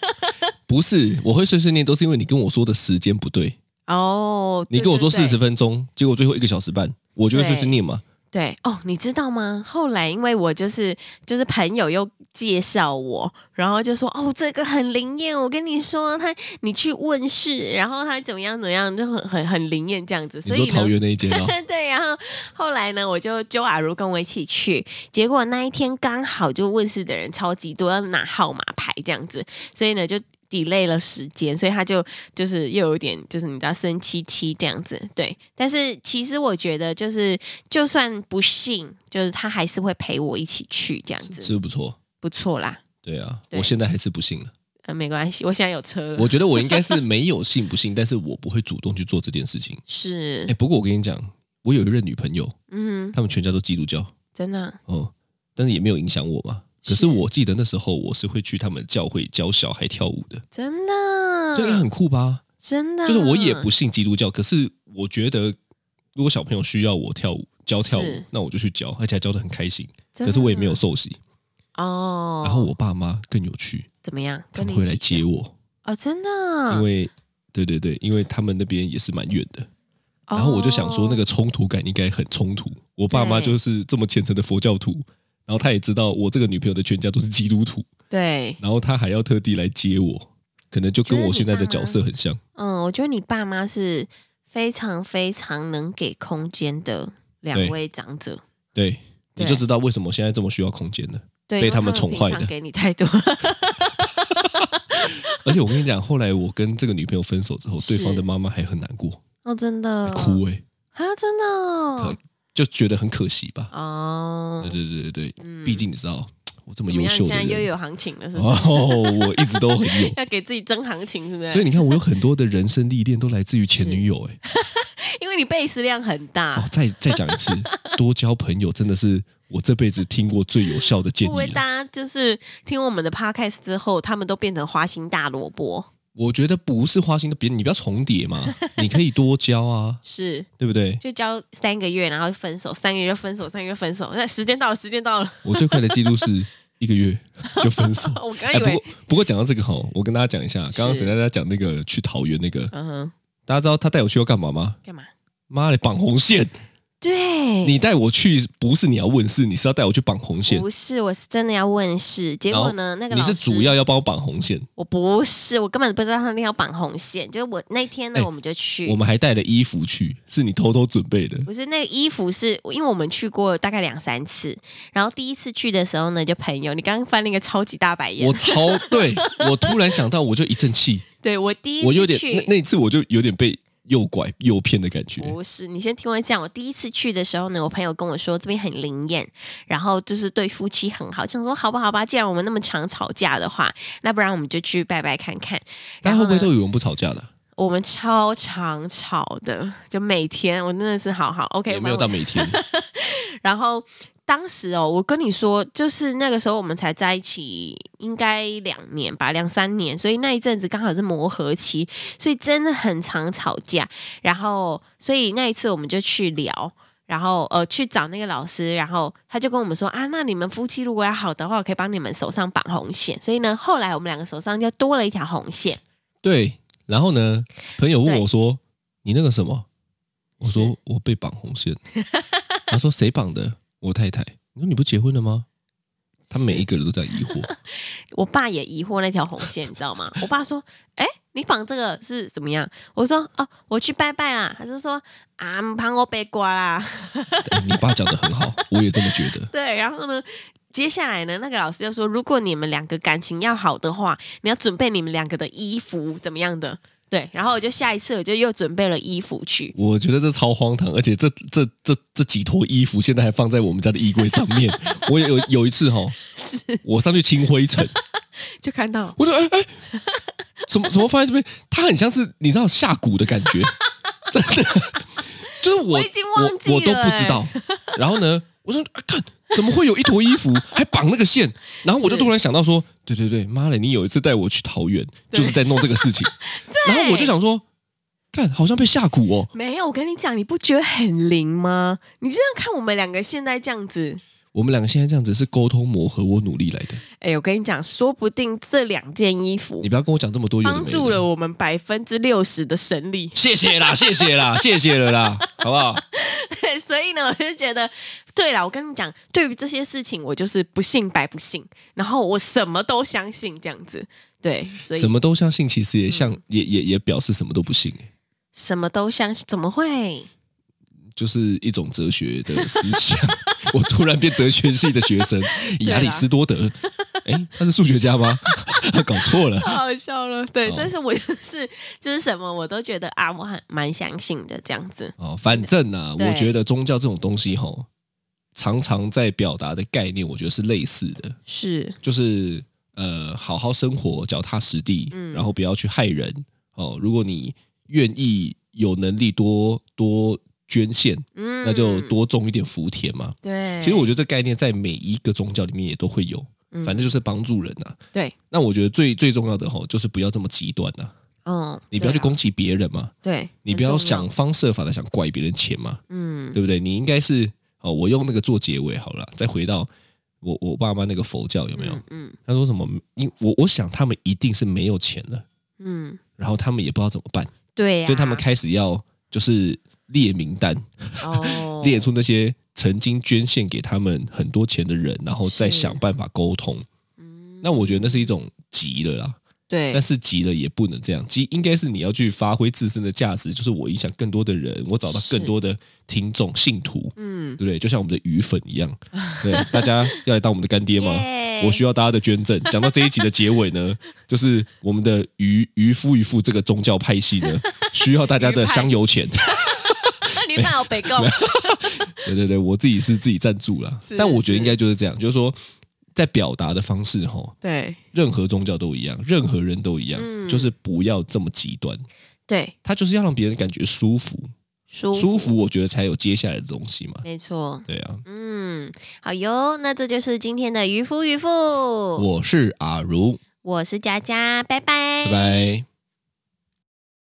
Speaker 3: 不是，我会碎碎念，都是因为你跟我说的时间不对。
Speaker 2: 哦，
Speaker 3: 你
Speaker 2: 对
Speaker 3: 跟我说
Speaker 2: 对对
Speaker 3: 四十分钟，结果最后一个小时半，我就会碎碎念嘛。
Speaker 2: 对哦，你知道吗？后来因为我就是就是朋友又介绍我，然后就说哦，这个很灵验，我跟你说，他你去问世，然后他怎么样怎么样，就很很很灵验这样子。
Speaker 3: 你
Speaker 2: 所
Speaker 3: 说
Speaker 2: 以
Speaker 3: 桃
Speaker 2: 呢，
Speaker 3: 园那一间啊，
Speaker 2: 对，然后后来呢，我就揪阿如跟我一起去，结果那一天刚好就问世的人超级多，要拿号码牌这样子，所以呢就 delay 了时间，所以他就就是又有点就是你知道生七七这样子，对。但是其实我觉得就是就算不信，就是他还是会陪我一起去这样
Speaker 3: 是
Speaker 2: 子，
Speaker 3: 不不错。
Speaker 2: 不错啦，
Speaker 3: 对啊，
Speaker 2: 对
Speaker 3: 我现在还是不信了。
Speaker 2: 呃，没关系，我现在有车了，
Speaker 3: 我觉得我应该是没有信不信，但是我不会主动去做这件事情。
Speaker 2: 是
Speaker 3: 哎、不过我跟你讲，我有一任女朋友，
Speaker 2: 嗯，
Speaker 3: 他们全家都基督教，
Speaker 2: 真的
Speaker 3: 哦，但是也没有影响我嘛。可
Speaker 2: 是
Speaker 3: 是我记得那时候我是会去他们教会教小孩跳舞的，
Speaker 2: 真
Speaker 3: 这个
Speaker 2: 的
Speaker 3: 很酷吧？
Speaker 2: 真的，
Speaker 3: 就是我也不信基督教，可是我觉得如果小朋友需要我跳舞教跳舞
Speaker 2: 是，
Speaker 3: 那我就去教，而且还教的很开心。
Speaker 2: 真的，
Speaker 3: 可是我也没有受洗，
Speaker 2: 哦，
Speaker 3: 然后我爸妈更有趣，
Speaker 2: 怎么样？
Speaker 3: 他
Speaker 2: 跟
Speaker 3: 们
Speaker 2: 你
Speaker 3: 会
Speaker 2: 一
Speaker 3: 来
Speaker 2: 起
Speaker 3: 接我，
Speaker 2: 哦，真的，
Speaker 3: 因为对对对，因为他们那边也是蛮远的。
Speaker 2: 哦
Speaker 3: 然后我就想说，那
Speaker 2: 个
Speaker 3: 个冲突感应该很冲突。我爸妈
Speaker 2: 对
Speaker 3: 就是这么虔诚的佛教徒，然后他也知道我这个女朋友的全家都是基督徒，
Speaker 2: 对，
Speaker 3: 然后他还要特地来接我，可能就跟我现在的角色很像。
Speaker 2: 嗯，我觉得你爸妈是非常非常能给空间的两
Speaker 3: 对
Speaker 2: 位长者，
Speaker 3: 对，
Speaker 2: 对
Speaker 3: 你就知道为什么我现在这么需要空间了。
Speaker 2: 对，因
Speaker 3: 被
Speaker 2: 为
Speaker 3: 他
Speaker 2: 他
Speaker 3: 们宠
Speaker 2: 平
Speaker 3: 坏
Speaker 2: 常
Speaker 3: 的
Speaker 2: 给你太多，
Speaker 3: 而且我跟你讲，后来我跟这个女朋友分手之后，
Speaker 2: 是
Speaker 3: 对方的妈妈还很难过，
Speaker 2: 哦，真的
Speaker 3: 哭哎、
Speaker 2: 啊，真的哦
Speaker 3: 就觉得很可惜吧。
Speaker 2: 哦
Speaker 3: 对，对对对对，
Speaker 2: 嗯
Speaker 3: 毕竟你知道我这
Speaker 2: 怎
Speaker 3: 么
Speaker 2: 么
Speaker 3: 优
Speaker 2: 样？
Speaker 3: 秀
Speaker 2: 现在
Speaker 3: 的
Speaker 2: 又
Speaker 3: 人，
Speaker 2: 有行情了，是不是？。
Speaker 3: 哦，我一直都很有
Speaker 2: 要给自己增行情，是不是？
Speaker 3: 所以你看，我有很多的人生历练都来自于前女友、欸，
Speaker 2: 因为你贝斯量很
Speaker 3: 哦
Speaker 2: 大，，
Speaker 3: 再再讲 一次，多交朋友真的是我这辈子听过最有效的建
Speaker 2: 会不会
Speaker 3: 议
Speaker 2: 大
Speaker 3: 了。
Speaker 2: 家就是听我们的 podcast 之后，他们都变成花心大萝卜？
Speaker 3: 我觉得不是花心的，别你不要重叠 嘛，你可以多交啊，
Speaker 2: 是，
Speaker 3: 对不对？
Speaker 2: 就交三个月，然后分手，三个月分手，三个月分手，那时间到了，时间到了，。
Speaker 3: 我最快的记录是一个月就分手
Speaker 2: 我刚
Speaker 3: 哎，
Speaker 2: 以
Speaker 3: 不
Speaker 2: 为
Speaker 3: 过，不过讲到这个哈，我跟大家讲一下，刚刚
Speaker 2: 是
Speaker 3: 沈大家讲那个去桃园那个，
Speaker 2: 嗯哼，
Speaker 3: 大家知道他带我去要干嘛吗？
Speaker 2: 干嘛？
Speaker 3: 妈的，绑红线！
Speaker 2: 对，
Speaker 3: 你带我去不是你要问世，你是要带我去绑红线
Speaker 2: 不。是，我是真的要问世。结果呢，那个
Speaker 3: 你
Speaker 2: 老
Speaker 3: 是
Speaker 2: 师
Speaker 3: 主要要帮我绑红线，
Speaker 2: 我不是，我根本不知道他们要绑红线。就是我那天呢，
Speaker 3: 哎
Speaker 2: 我们就去，
Speaker 3: 我们还带了衣服去，是你偷偷准 备的。
Speaker 2: 不是那个衣服是，因为我们去过大概两三次，然后第一次去的时候呢，就朋友，你刚刚翻那个超级大白眼
Speaker 3: 我，超对我突然想到，我就一阵气，
Speaker 2: 对我第 一次
Speaker 3: 我有点那
Speaker 2: 去
Speaker 3: 那一次我就有点被诱拐、诱骗的感觉。
Speaker 2: 不是，你先听我讲。我第一次去的时候呢，我朋友跟我说这边很灵验，然后就是对夫妻很好，就想说好吧好吧，既然我们那么常吵架的话，那不然我们就去拜拜看看。
Speaker 3: 大
Speaker 2: 然后
Speaker 3: 家会不会
Speaker 2: 呢，
Speaker 3: 都以为我们不吵架的啊？
Speaker 2: 我们超常吵的，就每天我真的是好好 OK，
Speaker 3: 也没有
Speaker 2: 我
Speaker 3: 到每天。
Speaker 2: 然后当时哦，我跟你说，就是那个时候我们才在一起，应该两年吧，两三年，所以那一阵子刚好是磨合期，所以真的很常吵架。然后，所以那一次我们就去聊。然后呃，去找那个老师，然后他就跟我们说啊，那你们夫妻如果要好的话，我可以帮你们手上绑红线。所以呢，后来我们两个手上就多了一条红线。
Speaker 3: 对，然后呢，朋友问
Speaker 2: 对
Speaker 3: 我说：“你那个什么？”我
Speaker 2: 是
Speaker 3: 说：“我被绑红线。”他说：“谁绑的？”我太太。你说：“你不结婚了吗？”他每一个人都在疑惑。
Speaker 2: 我爸也疑惑那条红线，你知道吗？我爸说：“哎、你绑这个是怎么样？”我说：“哦，我去拜拜啦。”他就说：“啊，帮我背瓜啦。
Speaker 3: 哎你爸讲的很好，我也这么觉得”。
Speaker 2: 对，然后呢，接下来呢，那个老师就说：“如果你们两个感情要好的话，你要准备你们两个的衣服怎么样的？”对，然后我就下一次我就又准备了衣服去。
Speaker 3: 我觉得这超荒唐，而且这这这这几坨衣服现在还放在我们家的衣柜上面。我有有一 次哈、我上去清灰尘，
Speaker 2: 就看到
Speaker 3: 我就哎 哎，怎么怎么放在这边？它很像是你知道下蛊的感 觉，真的，就是我
Speaker 2: 我已经忘记了欸
Speaker 3: 我我都不知道。然后呢，我说啊看、怎么会有一坨衣服还绑那个线？然后我就是突然想到说，对对对，妈的，你有一次带我去桃园，就是在弄这个 事情。然后我就想说，看好像被下蛊哦。
Speaker 2: 没有，我跟你讲，你不觉得很灵吗？你这样看我们两个现在这样子，
Speaker 3: 我们两个现在这样子是沟通磨合，我努力来的。
Speaker 2: 哎，我跟你讲，说不定这两件衣服
Speaker 3: 你不要跟我讲这么多有的没
Speaker 2: 帮
Speaker 3: 的，，
Speaker 2: 助了我们百分之六十的神力
Speaker 3: 谢谢啦，谢谢啦，谢谢了啦，好不好？
Speaker 2: 所以呢，我就觉得，对了，我跟你讲，对于这些事情，我就是不信白不信，然后我什么都相信，这样子，对，所以嗯
Speaker 3: 什么都相信，其实也像、也也也表示什么都不信，欸
Speaker 2: 什么都相信，怎么会？
Speaker 3: 就是一种哲学的思想。 我突然变哲学系的学生，
Speaker 2: 啦
Speaker 3: 亚里士多德，哎，他是数学家吗？ 搞错了。
Speaker 2: 太好笑了，对，
Speaker 3: 哦
Speaker 2: 但是我就是就是什么我都觉得啊，我很蛮相信的这样子，
Speaker 3: 哦，反正啊，
Speaker 2: 对
Speaker 3: 我觉得宗教这种东西吼，常常在表达的概念，我觉得是类似的，
Speaker 2: 是
Speaker 3: 就是呃，好好生活，脚踏实地，
Speaker 2: 嗯
Speaker 3: 然后不要去害人哦。如果你愿意有能力多多捐献，
Speaker 2: 嗯
Speaker 3: 那就多种一点福田嘛。
Speaker 2: 对。
Speaker 3: 其实我觉得这概念在每一个宗教里面也都会有，
Speaker 2: 嗯
Speaker 3: 反正就是帮助人呐、
Speaker 2: 对，
Speaker 3: 那我觉得最最重要的吼，就是不要这么极端呐、
Speaker 2: 嗯，
Speaker 3: 你不要去
Speaker 2: 对啊
Speaker 3: 攻击别人嘛，
Speaker 2: 对，
Speaker 3: 你不要
Speaker 2: 很重
Speaker 3: 想方设法的想拐别人钱嘛，
Speaker 2: 嗯，
Speaker 3: 对不对？你应该是哦，我用那个做结尾好了，再回到我我爸妈那个佛教有没有？
Speaker 2: 嗯
Speaker 3: 他说什么？因我我想他们一定是没有钱了，
Speaker 2: 嗯，嗯
Speaker 3: 然后他们也不知道怎么办，
Speaker 2: 对呀，啊
Speaker 3: 所以他们开始要就是列名单，
Speaker 2: 哦
Speaker 3: 列出那些曾经捐献给他们很多钱的人，然后再
Speaker 2: 是
Speaker 3: 想办法沟通。
Speaker 2: 嗯
Speaker 3: 那我觉得那是一种急了啦，
Speaker 2: 对，
Speaker 3: 但是急了也不能这样，急应该是你要去发挥自身的价值，就是我影响更多的人，我找到
Speaker 2: 是
Speaker 3: 更多的听众信徒，
Speaker 2: 嗯
Speaker 3: 对，不对？就像我们的鱼粉一样， 对，大家要来当我们的干爹吗？我需要大家的捐赠。讲到这一集的结尾 呢，就是我们的渔渔夫渔妇这个宗教派系呢，需要大家的香油钱。
Speaker 2: 那你买我北贡，
Speaker 3: 对对对，我自己是自己赞助啦
Speaker 2: 是，
Speaker 3: 但我觉
Speaker 2: 是
Speaker 3: 得应该就是这样，就是说在表达的方式吼，
Speaker 2: 对
Speaker 3: 任何宗教都一样，任何人都一样，
Speaker 2: 嗯
Speaker 3: 就是不要这么极端，
Speaker 2: 对，
Speaker 3: 他就是要让别人感觉舒服，
Speaker 2: 舒
Speaker 3: 舒服，我觉得才有接下来的东西嘛。
Speaker 2: 没错。
Speaker 3: 对啊，
Speaker 2: 嗯，好哟，那这就是今天的渔夫渔妇，我
Speaker 3: 我是阿如，
Speaker 2: 我是佳佳，拜拜，
Speaker 3: 拜拜。